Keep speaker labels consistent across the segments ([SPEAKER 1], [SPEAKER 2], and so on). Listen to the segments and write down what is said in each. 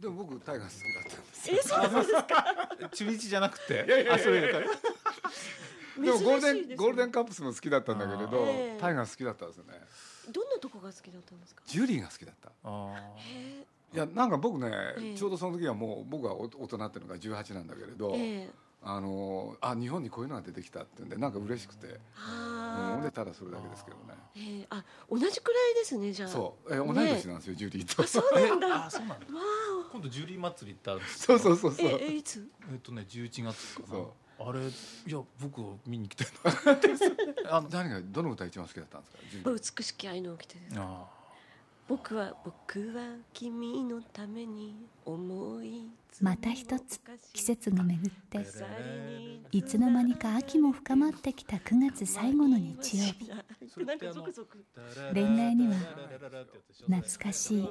[SPEAKER 1] でも僕タイガース好きだったんです
[SPEAKER 2] えそうなんですか
[SPEAKER 3] 中日じゃなくて
[SPEAKER 1] あそういうのかでもゴール
[SPEAKER 2] 珍し
[SPEAKER 1] デ
[SPEAKER 2] い
[SPEAKER 1] ン、
[SPEAKER 2] ですね
[SPEAKER 1] ゴールデンカップスも好きだったんだけれど、
[SPEAKER 2] あー
[SPEAKER 1] タイガー好きだったんですよね
[SPEAKER 2] どんなとこが好きだったんですか
[SPEAKER 1] ジュリーが好きだった
[SPEAKER 3] あ
[SPEAKER 2] へえ
[SPEAKER 1] いやなんか僕ね、
[SPEAKER 2] ええ
[SPEAKER 1] ちょうどその時はもう僕はお大人っていうのが18なんだけれど、
[SPEAKER 2] ええ
[SPEAKER 1] あのあ日本にこういうのが出てきたっていうんでなんか嬉しくて、うん、
[SPEAKER 2] あ
[SPEAKER 1] で
[SPEAKER 2] ー
[SPEAKER 1] ただそれだけですけどね
[SPEAKER 2] ええあ同じくらいですねじゃあ
[SPEAKER 1] そう、え同い年なんですよ、ジュリーと
[SPEAKER 2] あそうなんだ
[SPEAKER 3] あ
[SPEAKER 2] わ
[SPEAKER 3] あそうなんだ
[SPEAKER 2] ー
[SPEAKER 3] 今度ジュリー祭り行ったんで す
[SPEAKER 1] そうそううそうそ
[SPEAKER 2] おえ
[SPEAKER 1] う
[SPEAKER 2] えいつ
[SPEAKER 3] えっとね11月かな
[SPEAKER 1] そ
[SPEAKER 3] あれいや僕を見に来てる
[SPEAKER 1] あの誰がどの歌一番好きだったんですかジュリー
[SPEAKER 2] 美しき愛の起きてです
[SPEAKER 3] あ
[SPEAKER 2] 僕は僕は君のために思い
[SPEAKER 4] また一つ季節が巡っていつの間にか秋も深まってきた9月最後の日曜日
[SPEAKER 3] それって
[SPEAKER 2] なん
[SPEAKER 3] あの
[SPEAKER 2] かゾクゾク
[SPEAKER 4] 恋愛には懐
[SPEAKER 3] 懐
[SPEAKER 4] かしい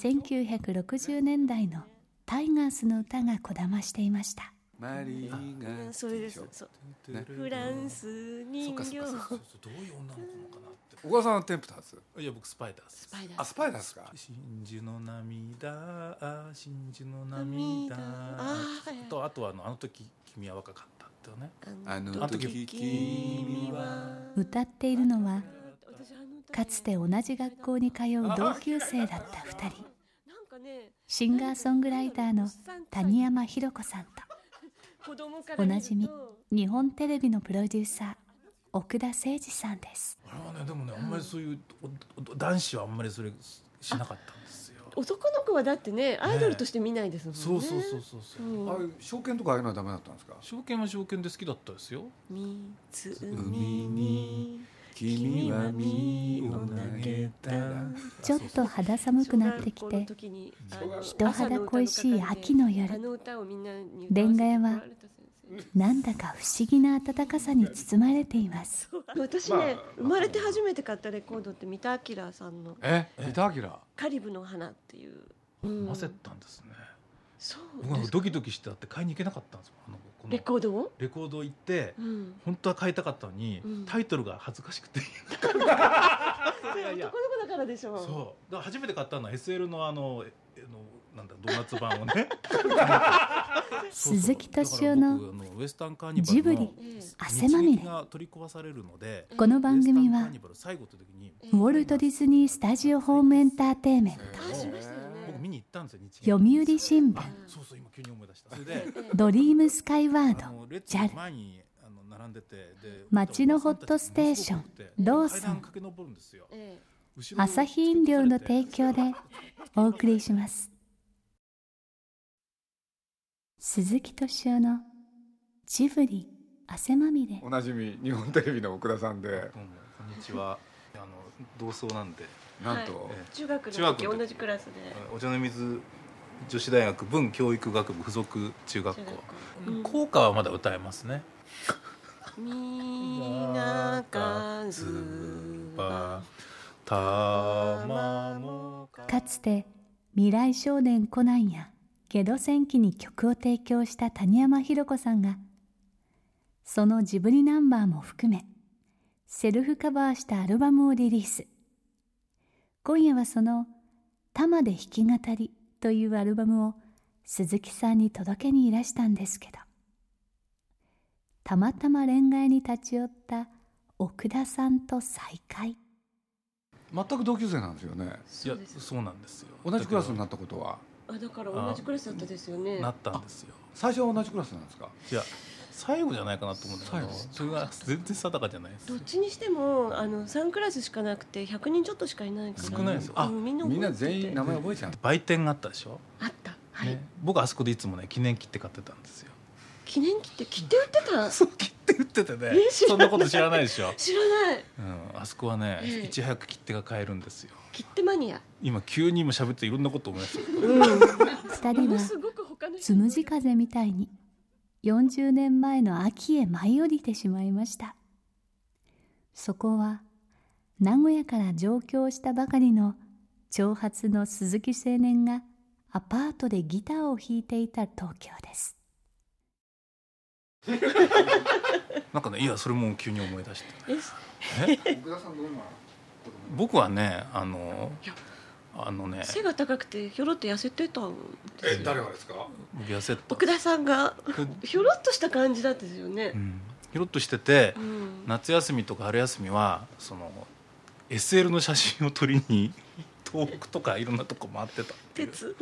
[SPEAKER 4] 1960年代のタイガースの歌がこだましていました
[SPEAKER 1] マリーが
[SPEAKER 2] それです
[SPEAKER 1] しょ
[SPEAKER 2] そう
[SPEAKER 1] ね
[SPEAKER 2] フランス人形
[SPEAKER 1] そっかそっかそ
[SPEAKER 3] そうそうどういう女の子なのかなっ
[SPEAKER 1] 小川さんはテンプターズ
[SPEAKER 3] ていや僕スパイダース
[SPEAKER 2] スパイダー
[SPEAKER 1] あスパイダースか
[SPEAKER 3] 真珠の涙あ真珠の涙
[SPEAKER 2] 涙あーはいはい
[SPEAKER 3] とあとはあのあの時君は若かったっていうね
[SPEAKER 1] あ
[SPEAKER 3] あの
[SPEAKER 1] の
[SPEAKER 3] 時
[SPEAKER 1] 時
[SPEAKER 2] 君
[SPEAKER 1] 君
[SPEAKER 2] は
[SPEAKER 1] は
[SPEAKER 4] 歌っているのは
[SPEAKER 2] 私あの歌
[SPEAKER 4] かつて同じ学校に通う同級生だった2人
[SPEAKER 2] なんかね
[SPEAKER 4] シンガーソングライターの谷山ひろ子さんと
[SPEAKER 2] 子供から
[SPEAKER 4] お
[SPEAKER 2] 見
[SPEAKER 4] な
[SPEAKER 2] ると
[SPEAKER 4] じみ日本テレビのプロデューサー奥田誠二さんです
[SPEAKER 3] あれはねでもねあんまりそういうおお男子はあんまりそれしなかったんですよ
[SPEAKER 2] 男の子はだってねアイドルとして見ないですもんね
[SPEAKER 3] そうそうそうそうそう
[SPEAKER 2] うん
[SPEAKER 1] あれ証券とかああいうのはダメだったんですか
[SPEAKER 3] 証券は証券で好きだったですよ
[SPEAKER 2] みつ
[SPEAKER 1] 海に君は身を投げたら
[SPEAKER 4] ちょっと肌寒くなってきて人肌恋しい秋の夜レンガ屋はなんだか不思議な暖かさに包まれています
[SPEAKER 2] 私ね、生まれて初めて買ったレコードって三田明さんの
[SPEAKER 1] え三田明
[SPEAKER 2] 「カリブの花」っていう、うん
[SPEAKER 3] 混ぜたんですね
[SPEAKER 2] そう
[SPEAKER 3] 僕なん
[SPEAKER 2] で
[SPEAKER 3] か
[SPEAKER 2] す
[SPEAKER 3] ドキドキしてあって買いに行けなかったんですよあのこの
[SPEAKER 2] レコードを、
[SPEAKER 3] レコード行って
[SPEAKER 2] うん、
[SPEAKER 3] 本当は買いたかったのに、
[SPEAKER 2] うん
[SPEAKER 3] タイトルが恥ずかしくて
[SPEAKER 2] それ男の子だからでしょ
[SPEAKER 3] そうだから初めて買ったのは SL のあのええのなんだドーナツ版をねそうそう
[SPEAKER 4] 鈴木敏夫の
[SPEAKER 3] だから僕あのウエスタンカーニバルの
[SPEAKER 4] ジブリ
[SPEAKER 2] ええ
[SPEAKER 4] 汗まみ
[SPEAKER 3] 日
[SPEAKER 4] れ
[SPEAKER 3] 劇が取り壊されるので
[SPEAKER 4] この番組
[SPEAKER 3] ウエスタンカ
[SPEAKER 4] は
[SPEAKER 3] ーニバル最後って時に
[SPEAKER 2] ええ
[SPEAKER 4] ウォルト・ディズニー・スタジオ・ホーム・エンターテインメント
[SPEAKER 2] あしましたよね
[SPEAKER 3] 僕見に行ったんですよ日劇
[SPEAKER 4] 読売新聞
[SPEAKER 3] あそうそう今急に思い出したそれで
[SPEAKER 4] ドリームスカイワ
[SPEAKER 3] あ
[SPEAKER 4] ード
[SPEAKER 3] の列
[SPEAKER 4] JAL
[SPEAKER 3] の前にあの並んでてで
[SPEAKER 4] 街のホットステーションローソン
[SPEAKER 3] 階段駆け上るんですよ
[SPEAKER 2] ええ
[SPEAKER 3] 後ろ
[SPEAKER 4] アサヒ飲料の提供でお送りします鈴木敏夫のジブリ汗まみれ
[SPEAKER 1] おなじみ日本テレビの奥田さんで
[SPEAKER 3] どうもこんにちはあの同窓なんで
[SPEAKER 1] なんと
[SPEAKER 3] はい
[SPEAKER 2] 中学
[SPEAKER 3] 中
[SPEAKER 2] の
[SPEAKER 3] 学
[SPEAKER 2] 時
[SPEAKER 3] の時
[SPEAKER 2] 同じクラスで
[SPEAKER 3] お茶の水女子大学文教育学部附属中学
[SPEAKER 2] 中
[SPEAKER 3] 校
[SPEAKER 2] 学校うん
[SPEAKER 3] 校歌はまだ歌えますね
[SPEAKER 2] みなかずば
[SPEAKER 3] たまも
[SPEAKER 4] かつて「未来少年コナン」や「ゲド戦記」に曲を提供した谷山ひろ子さんがそのジブリナンバーも含めセルフカバーしたアルバムをリリース今夜はその「玉で弾き語り」というアルバムを鈴木さんに届けにいらしたんですけどたまたま恋愛に立ち寄った奥田さんと再会
[SPEAKER 1] 全く同級生なんですよね
[SPEAKER 3] い
[SPEAKER 2] そ
[SPEAKER 3] や
[SPEAKER 2] うです
[SPEAKER 3] そうなんですよ
[SPEAKER 1] 同じクラスに
[SPEAKER 3] だ
[SPEAKER 1] なったことは
[SPEAKER 2] あだから同じクラスだったですよ
[SPEAKER 3] け
[SPEAKER 2] ね
[SPEAKER 3] どなったんですよ
[SPEAKER 1] 最初は同じクラスなんですか
[SPEAKER 3] いや最後じゃないかなと思うんだけ
[SPEAKER 1] 最
[SPEAKER 3] ど
[SPEAKER 1] 後
[SPEAKER 3] それが全然定かじゃないです
[SPEAKER 2] どっちにしてもあの3クラスしかなくて100人ちょっとしかいないから
[SPEAKER 3] 少ないですよあ
[SPEAKER 2] うんみんな覚
[SPEAKER 1] みんな
[SPEAKER 2] えてて
[SPEAKER 1] 全員名前覚えちゃう
[SPEAKER 3] 売店があったでしょ、
[SPEAKER 2] あったはい、
[SPEAKER 3] ね僕あそこでいつもね記念切手買ってたんですよ
[SPEAKER 2] 記念切手切手売ってた
[SPEAKER 3] そう切って売っててね
[SPEAKER 2] え知らない
[SPEAKER 3] そんなこと知らないでしょ、
[SPEAKER 2] 知らない
[SPEAKER 3] うん、あそこはね、
[SPEAKER 2] ええ
[SPEAKER 3] いち早く切手が買えるんですよ
[SPEAKER 2] 切手マニア
[SPEAKER 3] 今急に今喋っていろんなこと思いました
[SPEAKER 4] 二人は
[SPEAKER 2] ごく他の
[SPEAKER 4] つむじ風みたいに40年前の秋へ舞い降りてしまいましたそこは名古屋から上京したばかりの長髪の鈴木青年がアパートでギターを弾いていた東京です
[SPEAKER 3] なんかねいやそれもう急に思い出して
[SPEAKER 2] え
[SPEAKER 5] 奥田さんどんな
[SPEAKER 3] 僕はねあの
[SPEAKER 2] いや
[SPEAKER 3] あのね
[SPEAKER 2] 背が高くてひょろっと痩せてたんです
[SPEAKER 5] え
[SPEAKER 2] よ
[SPEAKER 5] 誰がですか
[SPEAKER 3] 僕痩せた
[SPEAKER 2] 奥田さんが
[SPEAKER 3] うん
[SPEAKER 2] ひょろっとした感じだったですよね
[SPEAKER 3] う、んひょろっとしてて
[SPEAKER 2] うん
[SPEAKER 3] 夏休みとか春休みはその SL の写真を撮りに 東北とかいろんなとこ回ってたっていう
[SPEAKER 2] 鉄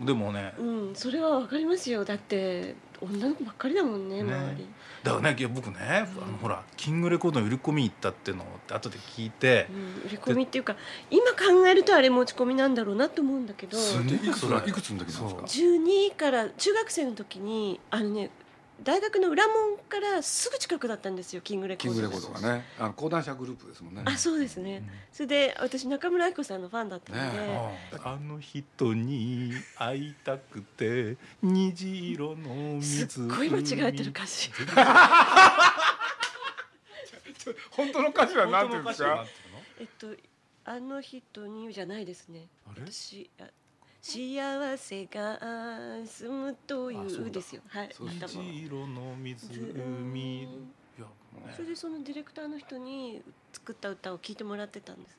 [SPEAKER 3] うんでもね
[SPEAKER 2] うんそれはわかりますよだって女の子ばっかりだもんね
[SPEAKER 3] ね
[SPEAKER 2] 周り
[SPEAKER 3] だからねいや僕ねあのほらキングレコードの売り込み行ったっていうのを後で聞いて
[SPEAKER 2] うん、売り込みっていうか今考えるとあれ持ち込みなんだろうなと思うんだけど
[SPEAKER 3] す
[SPEAKER 5] い
[SPEAKER 3] げえ
[SPEAKER 5] くつ
[SPEAKER 3] それ
[SPEAKER 5] いくつの時なんですか
[SPEAKER 2] 12から中学生の時にあのね大学の裏門からすぐ近くだったんですよキングレコ
[SPEAKER 5] キ
[SPEAKER 2] ー
[SPEAKER 5] ン
[SPEAKER 2] ド
[SPEAKER 5] グレコードがねあの講談社グループですもんね
[SPEAKER 2] あそうですね、それで私中村愛子さんのファンだったので、
[SPEAKER 5] ね
[SPEAKER 3] あああの人に会いたくて虹色の
[SPEAKER 2] す
[SPEAKER 3] 水
[SPEAKER 2] っごい間違えてる歌詞
[SPEAKER 5] 本当の歌詞は何て言うんですか
[SPEAKER 2] えっとあの人にじゃないですね
[SPEAKER 3] あれ
[SPEAKER 2] 私あ幸せが済むとい
[SPEAKER 3] あそうだ
[SPEAKER 2] うですよはい
[SPEAKER 5] そう
[SPEAKER 2] 頭を
[SPEAKER 3] 虹色の湖いやね
[SPEAKER 2] それでそのディレクターの人に作った歌を聞いてもらってたんです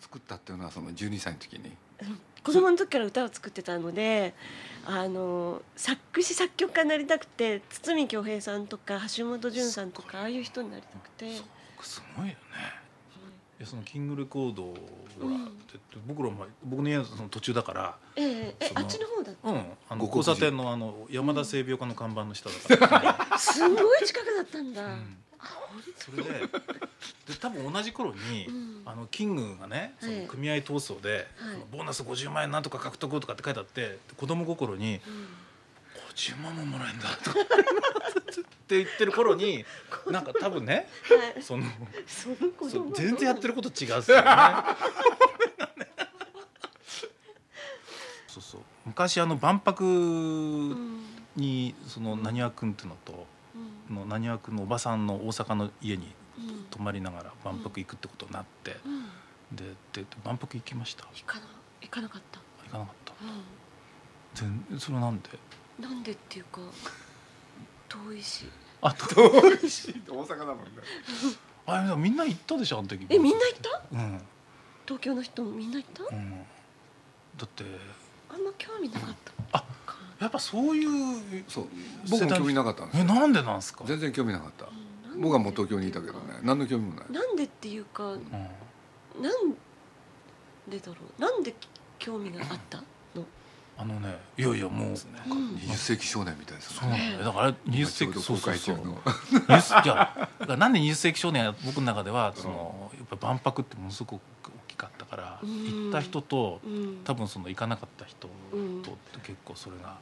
[SPEAKER 5] 作ったっていうのはその12歳の時に
[SPEAKER 2] 子供の時から歌を作ってたのであの作詞作曲家になりたくて堤恭平さんとか橋本淳さんとかああいう人になりたくて
[SPEAKER 3] そうすごいよねいやそのキングレコードをほら、
[SPEAKER 2] うん
[SPEAKER 3] で僕らも僕の家のその途中だから、
[SPEAKER 2] えええ
[SPEAKER 3] その
[SPEAKER 2] あっちの方だっ
[SPEAKER 3] うん、あの
[SPEAKER 5] ご告
[SPEAKER 3] 交
[SPEAKER 5] 示
[SPEAKER 3] 差点のあの山田製病科の看板の下だから、
[SPEAKER 2] たすごい近くだったんだ、
[SPEAKER 3] うんそれでで多分同じ頃に、
[SPEAKER 2] うん
[SPEAKER 3] あのキングがねそ
[SPEAKER 2] は
[SPEAKER 3] の
[SPEAKER 2] い
[SPEAKER 3] 組合闘争で、
[SPEAKER 2] はい
[SPEAKER 3] そのボーナス50万円なんとか獲得とかって書いてあって子供心に
[SPEAKER 2] うん
[SPEAKER 3] 「50万ももらえんだ」とか って言ってる頃になんか多分ね
[SPEAKER 2] はい
[SPEAKER 3] その
[SPEAKER 2] その子
[SPEAKER 3] そう
[SPEAKER 2] 供
[SPEAKER 3] 全然やってる
[SPEAKER 2] る
[SPEAKER 3] こと違うっすよね。 そうそう昔あの万
[SPEAKER 2] うん
[SPEAKER 3] 博
[SPEAKER 2] う
[SPEAKER 3] にそのなにわくんっていうのと
[SPEAKER 2] ん
[SPEAKER 3] のなにわくんのおばさんの大阪の家に
[SPEAKER 2] うん
[SPEAKER 3] 泊まりながら万博行くってことになって
[SPEAKER 2] うん
[SPEAKER 3] でで万博行きました
[SPEAKER 2] 行かな行かなかった、
[SPEAKER 3] 行かなかった
[SPEAKER 2] う
[SPEAKER 3] 全それなんで
[SPEAKER 2] ん、なんでっていうか遠いし
[SPEAKER 3] あと
[SPEAKER 5] 大阪だもんね
[SPEAKER 3] あでもみんな行ったでしょあの時
[SPEAKER 2] えみんな行った
[SPEAKER 3] うん、
[SPEAKER 2] 東京の人もみんな行った
[SPEAKER 3] うん、だって
[SPEAKER 2] あんま興味なかった
[SPEAKER 3] あ
[SPEAKER 2] か
[SPEAKER 3] やっぱそういう
[SPEAKER 5] そう僕も興味なかったんです
[SPEAKER 3] え
[SPEAKER 5] よ
[SPEAKER 3] なんでなんですか、
[SPEAKER 5] 全然興味なかった
[SPEAKER 2] うんなんで
[SPEAKER 5] 僕はもう東京にいたけどね何の興味もない
[SPEAKER 2] なんでっていうかなん
[SPEAKER 3] うん
[SPEAKER 2] でだろうなんで興味があったの
[SPEAKER 3] あのねいやいやもう
[SPEAKER 2] うん
[SPEAKER 5] 20世紀少年みたいです
[SPEAKER 3] そうなんだよだから20世紀
[SPEAKER 5] そ
[SPEAKER 3] そううそう
[SPEAKER 5] 公開
[SPEAKER 3] そ
[SPEAKER 5] 中
[SPEAKER 3] う
[SPEAKER 5] の
[SPEAKER 3] ニュースいやだからなんで20世紀少年は僕の中ではそのやっぱ万博ってものすごく大きかったから
[SPEAKER 2] うん
[SPEAKER 3] 行った人と
[SPEAKER 2] うん
[SPEAKER 3] 多分その行かなかった人
[SPEAKER 2] うん
[SPEAKER 3] とって結構それが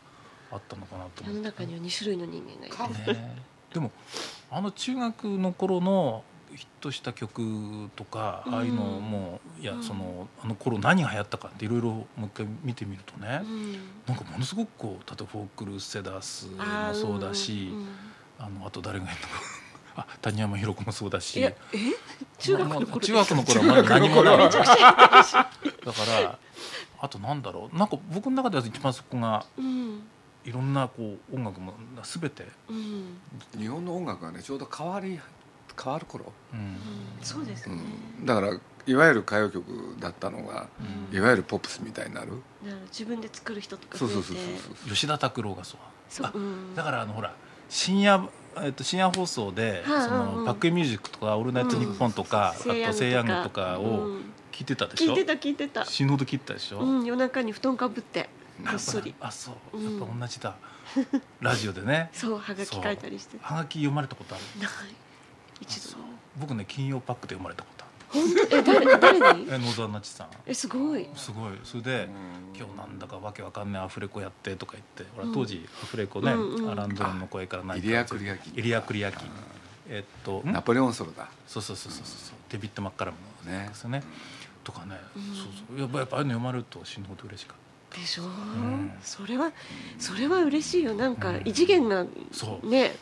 [SPEAKER 3] あったのかなと
[SPEAKER 2] 世
[SPEAKER 3] 思
[SPEAKER 2] の
[SPEAKER 3] って
[SPEAKER 2] 中には2種類の人間がいる
[SPEAKER 3] ねでもあの中学の頃のヒットした曲とかああいうの
[SPEAKER 2] うん
[SPEAKER 3] もういや
[SPEAKER 2] うん
[SPEAKER 3] そのあの頃何が流行ったかっていろいろもう一回見てみるとね
[SPEAKER 2] うん
[SPEAKER 3] なんかものすごくこう例えばフォークルセダス
[SPEAKER 2] あ
[SPEAKER 3] も
[SPEAKER 2] ー
[SPEAKER 3] そうだし
[SPEAKER 2] うんうん
[SPEAKER 3] あのあと誰がいるのか あ谷山ひろ子もそうだし
[SPEAKER 2] いやえ中学の頃
[SPEAKER 3] まあ中学の頃はまだ何もない だからあとなんだろうなんか僕の中では一番そこが
[SPEAKER 2] うん
[SPEAKER 3] いろんなこう音楽も全て、
[SPEAKER 2] うん
[SPEAKER 5] 日本の音楽がねちょうど変わり変わる頃、
[SPEAKER 3] うん
[SPEAKER 2] うんそうです
[SPEAKER 5] う
[SPEAKER 2] ね
[SPEAKER 5] ん、だからいわゆる歌謡曲だったのが
[SPEAKER 2] うん
[SPEAKER 5] いわゆるポップスみたいになる
[SPEAKER 2] だから自分で作る人とか
[SPEAKER 5] そうそうそ
[SPEAKER 2] 増え
[SPEAKER 5] う
[SPEAKER 2] て
[SPEAKER 5] そう
[SPEAKER 3] 吉田拓郎がそう
[SPEAKER 2] そううん
[SPEAKER 3] だからあのほら深夜えっと、深夜放送で、
[SPEAKER 2] はい
[SPEAKER 3] そ
[SPEAKER 2] うんう
[SPEAKER 3] の
[SPEAKER 2] ん
[SPEAKER 3] バックミュージックとか「オールナイトニッポン」とか、
[SPEAKER 2] 西
[SPEAKER 3] あと「
[SPEAKER 2] 洋
[SPEAKER 3] セイヤング」とか
[SPEAKER 2] う
[SPEAKER 3] を
[SPEAKER 2] ん
[SPEAKER 3] 聞いてたでし
[SPEAKER 2] 聞
[SPEAKER 3] ょ、
[SPEAKER 2] いてた聞いてた
[SPEAKER 3] 死ぬほど切ったでしょ、
[SPEAKER 2] うん夜中に布団かぶって
[SPEAKER 5] うん
[SPEAKER 2] こっそり
[SPEAKER 3] あそう
[SPEAKER 2] うん
[SPEAKER 3] やっぱ同じだ、ラジオで ね
[SPEAKER 2] そうはがき書いたりして
[SPEAKER 3] はがき読まれたことある
[SPEAKER 2] ない一度も
[SPEAKER 3] 僕ね金曜パックで読まれたことある
[SPEAKER 2] 本当え誰 誰に
[SPEAKER 3] え野田那智さん
[SPEAKER 2] えすごい
[SPEAKER 3] すごいそれで「今日なんだかわけわかんないアフレコやって」とか言ってほら当時アフレコね、
[SPEAKER 2] うんうん
[SPEAKER 3] アランドロンの声から何
[SPEAKER 5] イ
[SPEAKER 3] か
[SPEAKER 5] リア・クリアキ
[SPEAKER 3] イリアクリアキえっとん
[SPEAKER 5] ナポレオンソロだ
[SPEAKER 3] そうそうそうそうそうデビッド・マッカラムの
[SPEAKER 5] ね
[SPEAKER 3] ですよねとかね、そうそうやっぱやっぱああいうの読まれると死ぬほど嬉しかっ
[SPEAKER 2] でしょ、
[SPEAKER 3] ん
[SPEAKER 2] それはそれは嬉しいよなんか異次元が
[SPEAKER 3] たそう
[SPEAKER 2] ね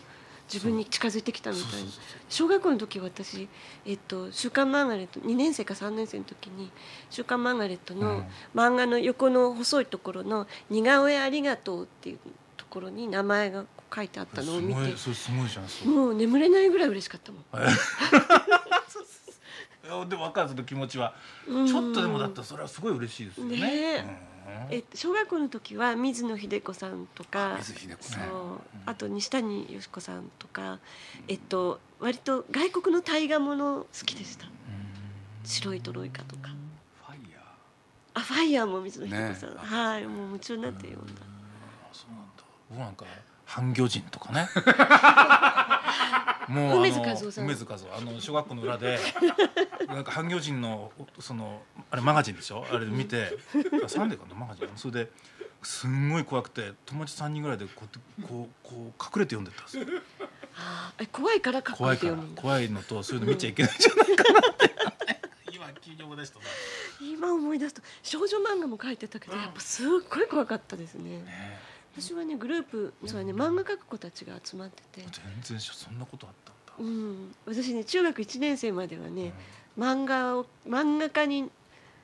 [SPEAKER 2] 自分に近づいてきたみたい
[SPEAKER 3] そうそう
[SPEAKER 2] な
[SPEAKER 3] そう
[SPEAKER 2] 小学校の時私「えっと、週刊マーガレット」2年生か3年生の時に「週刊マーガレット」
[SPEAKER 3] うん
[SPEAKER 2] の漫画の横の細いところの「似顔絵ありがとう」っていうところに名前が書いてあったのを見て
[SPEAKER 3] すごいそれすごいじゃんそう
[SPEAKER 2] もう眠れないぐらい嬉しかったも ん。
[SPEAKER 3] いやでも分かるその気持ちは
[SPEAKER 2] うん
[SPEAKER 3] ちょっとでもだったらそれはすごい嬉しいですよね
[SPEAKER 2] ねえ
[SPEAKER 3] うん
[SPEAKER 2] え小学校の時は水野秀子さんとか
[SPEAKER 5] 水秀子
[SPEAKER 2] そう
[SPEAKER 5] ね
[SPEAKER 2] あと西谷よし子さんとか、えっと割と外国の大河もの好きでした白いトロイカとか
[SPEAKER 5] ファイヤ
[SPEAKER 2] あファイヤーも水野秀子さん、
[SPEAKER 5] ね
[SPEAKER 2] はいもう夢中になって読んだ
[SPEAKER 3] あそうなんだ僕なんか半魚人とか ねもう
[SPEAKER 2] 梅津
[SPEAKER 3] あの
[SPEAKER 2] 和夫さん
[SPEAKER 3] 梅津和夫あの小学校の裏でなんか半魚人のそのあれマガジンでしょあれ見てあサンデーかなマガジンそれですんごい怖くて友達3人ぐらいでこうやってこうこう隠れて読んでたんですよ
[SPEAKER 2] あえ怖いから書
[SPEAKER 3] 怖
[SPEAKER 2] く
[SPEAKER 3] い
[SPEAKER 2] て
[SPEAKER 3] から
[SPEAKER 2] 読むんだ
[SPEAKER 3] 怖いのとそういうの見ちゃいけないんじゃないかなって今急に思い出したな
[SPEAKER 2] 今思い出すと少女漫画も書いてたけどやっぱすっごい怖かったですね
[SPEAKER 3] ね
[SPEAKER 2] 私はねグループそうだね漫画描く子たちが集まってて
[SPEAKER 3] 全然そんなことあった
[SPEAKER 2] うん
[SPEAKER 3] だ
[SPEAKER 2] ん私ね中学1年生まではね漫画を漫画家に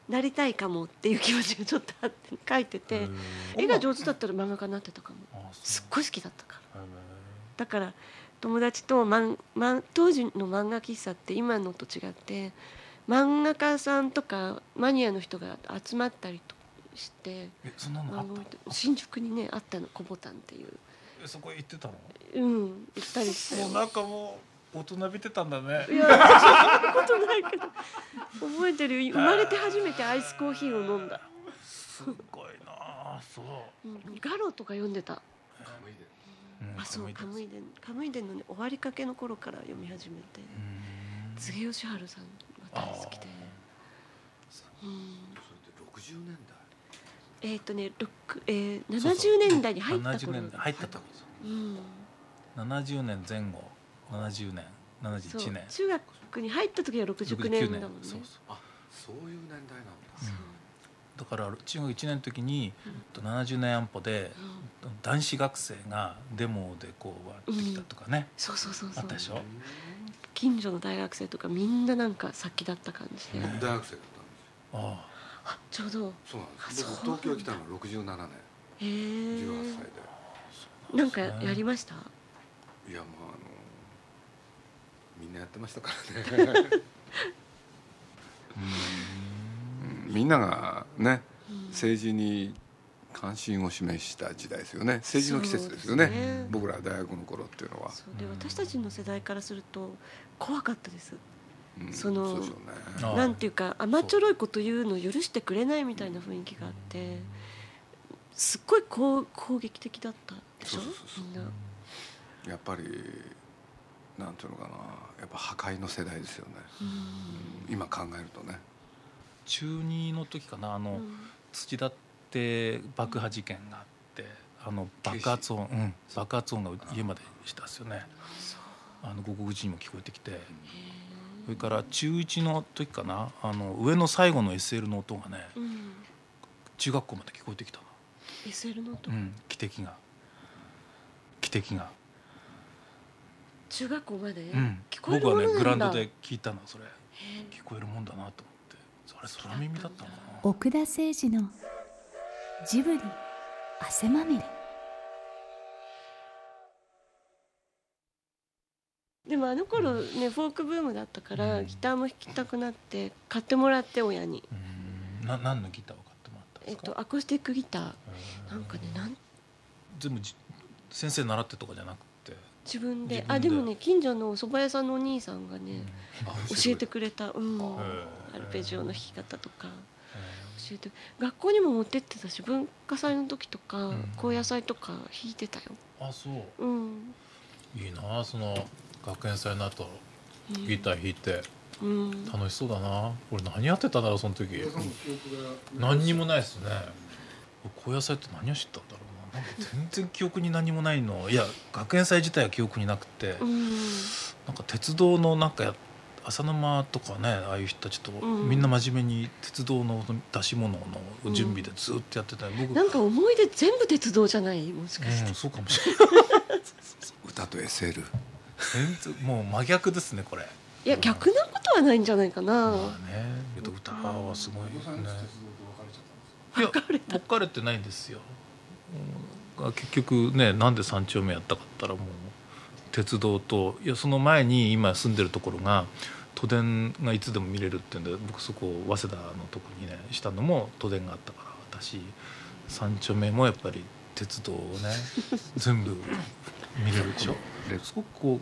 [SPEAKER 2] なりたいかもっていう気持ちがちょっとあって書いてて絵が上手だったら漫画家になってたかも
[SPEAKER 3] あ
[SPEAKER 2] す
[SPEAKER 3] そ
[SPEAKER 2] っ
[SPEAKER 3] う
[SPEAKER 2] ごい好きだったから
[SPEAKER 3] へ
[SPEAKER 2] だから友達とマンマン当時の漫画喫茶って今のと違って漫画家さんとかマニアの人が集まったりとして
[SPEAKER 3] ええそんなのあっ
[SPEAKER 2] 漫
[SPEAKER 3] た
[SPEAKER 2] 画を置いて新宿にねあったの「コボタン」っていう
[SPEAKER 3] えそこ行ってたの
[SPEAKER 2] うん行ったりして
[SPEAKER 3] もうなんかもう大人びてたんだね
[SPEAKER 2] いやそんなことないけど覚えてる生まれて初めてアイスコーヒーを飲んだ、
[SPEAKER 3] すごいなあそう、
[SPEAKER 2] うん、ガロとか読んでた
[SPEAKER 5] ーカムイで
[SPEAKER 3] うん
[SPEAKER 2] あそうカムイ
[SPEAKER 3] う
[SPEAKER 2] デンカムイデンのね終わりかけの頃から読み始めて
[SPEAKER 3] ん
[SPEAKER 2] 柘植義治さんが大好きでうん
[SPEAKER 5] それって60年代
[SPEAKER 2] えっ、とね、ロックえー、
[SPEAKER 3] そうそう
[SPEAKER 2] 70年代に入った
[SPEAKER 3] 70
[SPEAKER 2] 頃
[SPEAKER 3] 年代入ったとこ
[SPEAKER 2] うん、
[SPEAKER 3] 70年前後70年
[SPEAKER 2] そう
[SPEAKER 3] 71年
[SPEAKER 2] 中学に入った時は69
[SPEAKER 3] 69
[SPEAKER 2] 年だもんね
[SPEAKER 3] そうそう
[SPEAKER 5] あそういう年代なんだ
[SPEAKER 2] そう
[SPEAKER 3] だから中学1年の時に70年安保で
[SPEAKER 2] うん
[SPEAKER 3] 男子学生がデモでこう割ってきたとかね、
[SPEAKER 2] そうそうそうそ
[SPEAKER 3] あったでし
[SPEAKER 2] う
[SPEAKER 3] ょ
[SPEAKER 2] 近所の大学生とかみんななんか殺気だった感じで、
[SPEAKER 5] 大学生だったんで
[SPEAKER 3] あ
[SPEAKER 2] あちょうど
[SPEAKER 5] すよそうなんです
[SPEAKER 2] あ
[SPEAKER 5] 僕
[SPEAKER 2] そうなんだ
[SPEAKER 5] 東京来たのは67年
[SPEAKER 2] へえ
[SPEAKER 5] 18歳
[SPEAKER 2] なんかやりました
[SPEAKER 5] でいやまああのみんなやってましたから ねうんみんながね政治に関心を示した時代ですよね政治の季節ですよね
[SPEAKER 2] そうですね
[SPEAKER 5] 僕ら大学の頃っていうのは
[SPEAKER 2] そうで私たちの世代からすると怖かったです
[SPEAKER 5] うん
[SPEAKER 2] その
[SPEAKER 5] そうでしょう
[SPEAKER 3] あ
[SPEAKER 5] ね
[SPEAKER 3] ー
[SPEAKER 2] なんていうか甘ちょろいこと言うの許してくれないみたいな雰囲気があってすっごいこう攻撃的だったでしょ
[SPEAKER 5] そうそうそうそう
[SPEAKER 2] みんな
[SPEAKER 5] やっぱりなんていうのかなやっぱ破壊の世代ですよね今考えるとね
[SPEAKER 3] 中2の時かなあの、
[SPEAKER 2] うん
[SPEAKER 3] 土田って爆破事件があってあの爆発音、うん、爆発音が家までしたんですよねあの午後口にも聞こえてきてそれから中1の時かなあの上の最後の SL の音がね
[SPEAKER 2] うん
[SPEAKER 3] 中学校まで聞こえてきたの、
[SPEAKER 2] SL の音
[SPEAKER 3] うん、汽笛が汽笛が、
[SPEAKER 2] 中学校まで
[SPEAKER 3] うん
[SPEAKER 2] 聞、こえる
[SPEAKER 3] 僕
[SPEAKER 2] も
[SPEAKER 3] は
[SPEAKER 2] の
[SPEAKER 3] ね
[SPEAKER 2] な
[SPEAKER 3] グ
[SPEAKER 2] んだ
[SPEAKER 3] ラウンドで聞いたのそれ
[SPEAKER 2] へ
[SPEAKER 3] 聞こえるもんだなと思ってあれ空耳だったのかな
[SPEAKER 4] 奥田誠二のジブリ汗まみれ
[SPEAKER 2] でもあの頃ねフォークブームだったからギターも弾きたくなって買ってもらって親に
[SPEAKER 3] うんな何のギターを買ってもらったんで
[SPEAKER 2] えっ
[SPEAKER 3] すか、
[SPEAKER 2] とアコースティックギタ
[SPEAKER 3] うん
[SPEAKER 2] ーなんかねなん
[SPEAKER 3] 全部じ先生習ってとかじゃなくて
[SPEAKER 2] 自分で
[SPEAKER 3] 自分で
[SPEAKER 2] あでもね近所のお蕎麦屋さんのお兄さんがね
[SPEAKER 5] あ
[SPEAKER 2] 教えてくれたうん
[SPEAKER 3] ー
[SPEAKER 2] アルペジオの弾き方とか教えて学校にも持ってってたし文化祭の時とか
[SPEAKER 3] ん
[SPEAKER 2] 高野祭とか弾いてたよ
[SPEAKER 3] あそう
[SPEAKER 2] うん
[SPEAKER 3] いいなその学園祭の後
[SPEAKER 2] うん
[SPEAKER 3] ギター弾いて
[SPEAKER 2] うん
[SPEAKER 3] 楽しそうだな俺何やってただろうその時何にもないですね高野祭って何を知ったんだろうななんか全然記憶に何もないのいや学園祭自体は記憶になくて
[SPEAKER 2] うん
[SPEAKER 3] なんか鉄道のなんかや浅沼とかねああいう人たちと
[SPEAKER 2] うん
[SPEAKER 3] みんな真面目に鉄道の出し物の準備でずっとやってたよ僕
[SPEAKER 2] なんか思い出全部鉄道じゃないもしかして
[SPEAKER 3] うん、そうかもしれ
[SPEAKER 5] 歌と SL
[SPEAKER 3] ない全然もう真逆ですねこれ
[SPEAKER 2] いや逆なことはないんじゃないかな、
[SPEAKER 3] まあねけど歌はすごいよねいや別れてないんですよ、うん結局ねなんで三丁目やったかったらもう鉄道といやその前に今住んでるところが都電がいつでも見れるっていうんで僕そこ早稲田のとこにねしたのも都電があったから私三丁目もやっぱり鉄道を ね全部見れるでしょですごくこう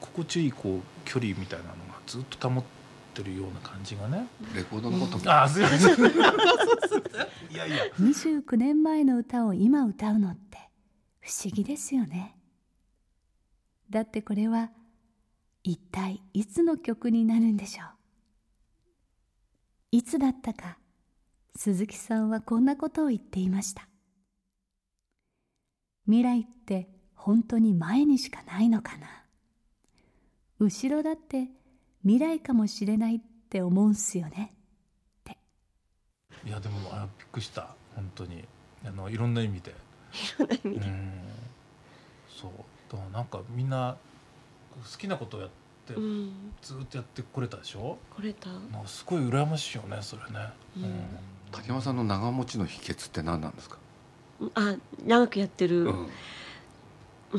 [SPEAKER 3] 心地いいこう距離みたいなのがずっと保ってるような感じがね
[SPEAKER 5] レコードのことも
[SPEAKER 3] あすいませんいやいや
[SPEAKER 4] 29年前の歌を今歌うのって不思議ですよねだってこれは一体いつの曲になるんでしょういつだったか鈴木さんはこんなことを言っていました未来って本当に前にしかないのかな後ろだって未来かもしれないって思うんすよね
[SPEAKER 3] いやでもあびっくりした本当にあのいろんな意味でうんそうだからなんかみんな好きなことをやって、
[SPEAKER 2] うん
[SPEAKER 3] ずっとやってこれたでしょ
[SPEAKER 2] これだ
[SPEAKER 3] なんかすごい羨ましいよねそれね、
[SPEAKER 2] うん
[SPEAKER 5] 竹山さんの長持ちの秘訣って何なんですか、
[SPEAKER 2] あ長くやってる
[SPEAKER 5] う
[SPEAKER 2] うん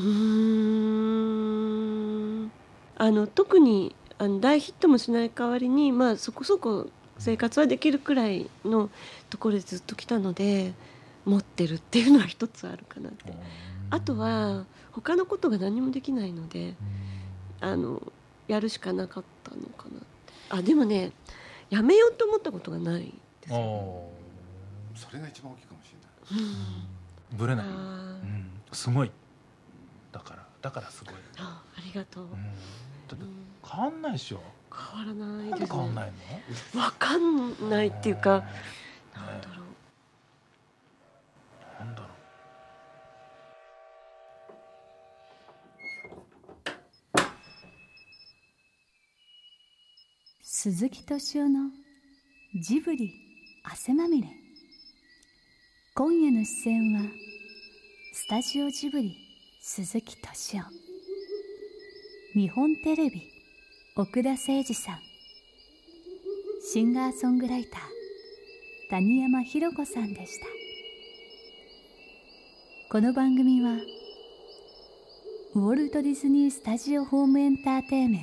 [SPEAKER 2] ーんあの特にあの大ヒットもしない代わりにまあそこそこ生活はできるくらいのところでずっと来たので持ってるっていうのは一つあるかなってあとは他のことが何もできないのであのやるしかなかったのかなってあでもねやめようと思ったことがないです
[SPEAKER 3] あ
[SPEAKER 2] よ、
[SPEAKER 5] それが一番大きいかもしれ
[SPEAKER 3] あぶれ
[SPEAKER 2] あ
[SPEAKER 3] ない、
[SPEAKER 2] ー
[SPEAKER 3] うん、すごいだからだからすごい、
[SPEAKER 2] あありがとう、
[SPEAKER 3] うん、だっ
[SPEAKER 2] う
[SPEAKER 3] て
[SPEAKER 2] ん
[SPEAKER 3] 変わんないでしょ
[SPEAKER 2] 変わらない
[SPEAKER 3] な
[SPEAKER 2] で
[SPEAKER 3] んで
[SPEAKER 2] すね
[SPEAKER 3] 変わんないの
[SPEAKER 2] わかんないっていうか、
[SPEAKER 3] うん
[SPEAKER 2] なんだろ
[SPEAKER 3] なんだろ
[SPEAKER 4] 鈴木敏夫のジブリ汗まみれ今夜の視線はスタジオジブリ鈴木敏夫日本テレビ奥田誠二さんシンガーソングライター谷山ひろ子さんでしたこの番組はウォルト・ディズニー・スタジオ・ホーム・エンターテイメン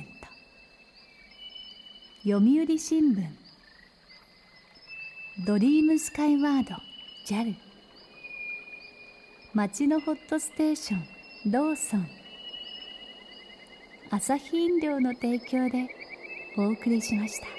[SPEAKER 4] ト読売新聞ドリームスカイワード JAL 街のホットステーションローソン朝日飲料の提供でお送りしました。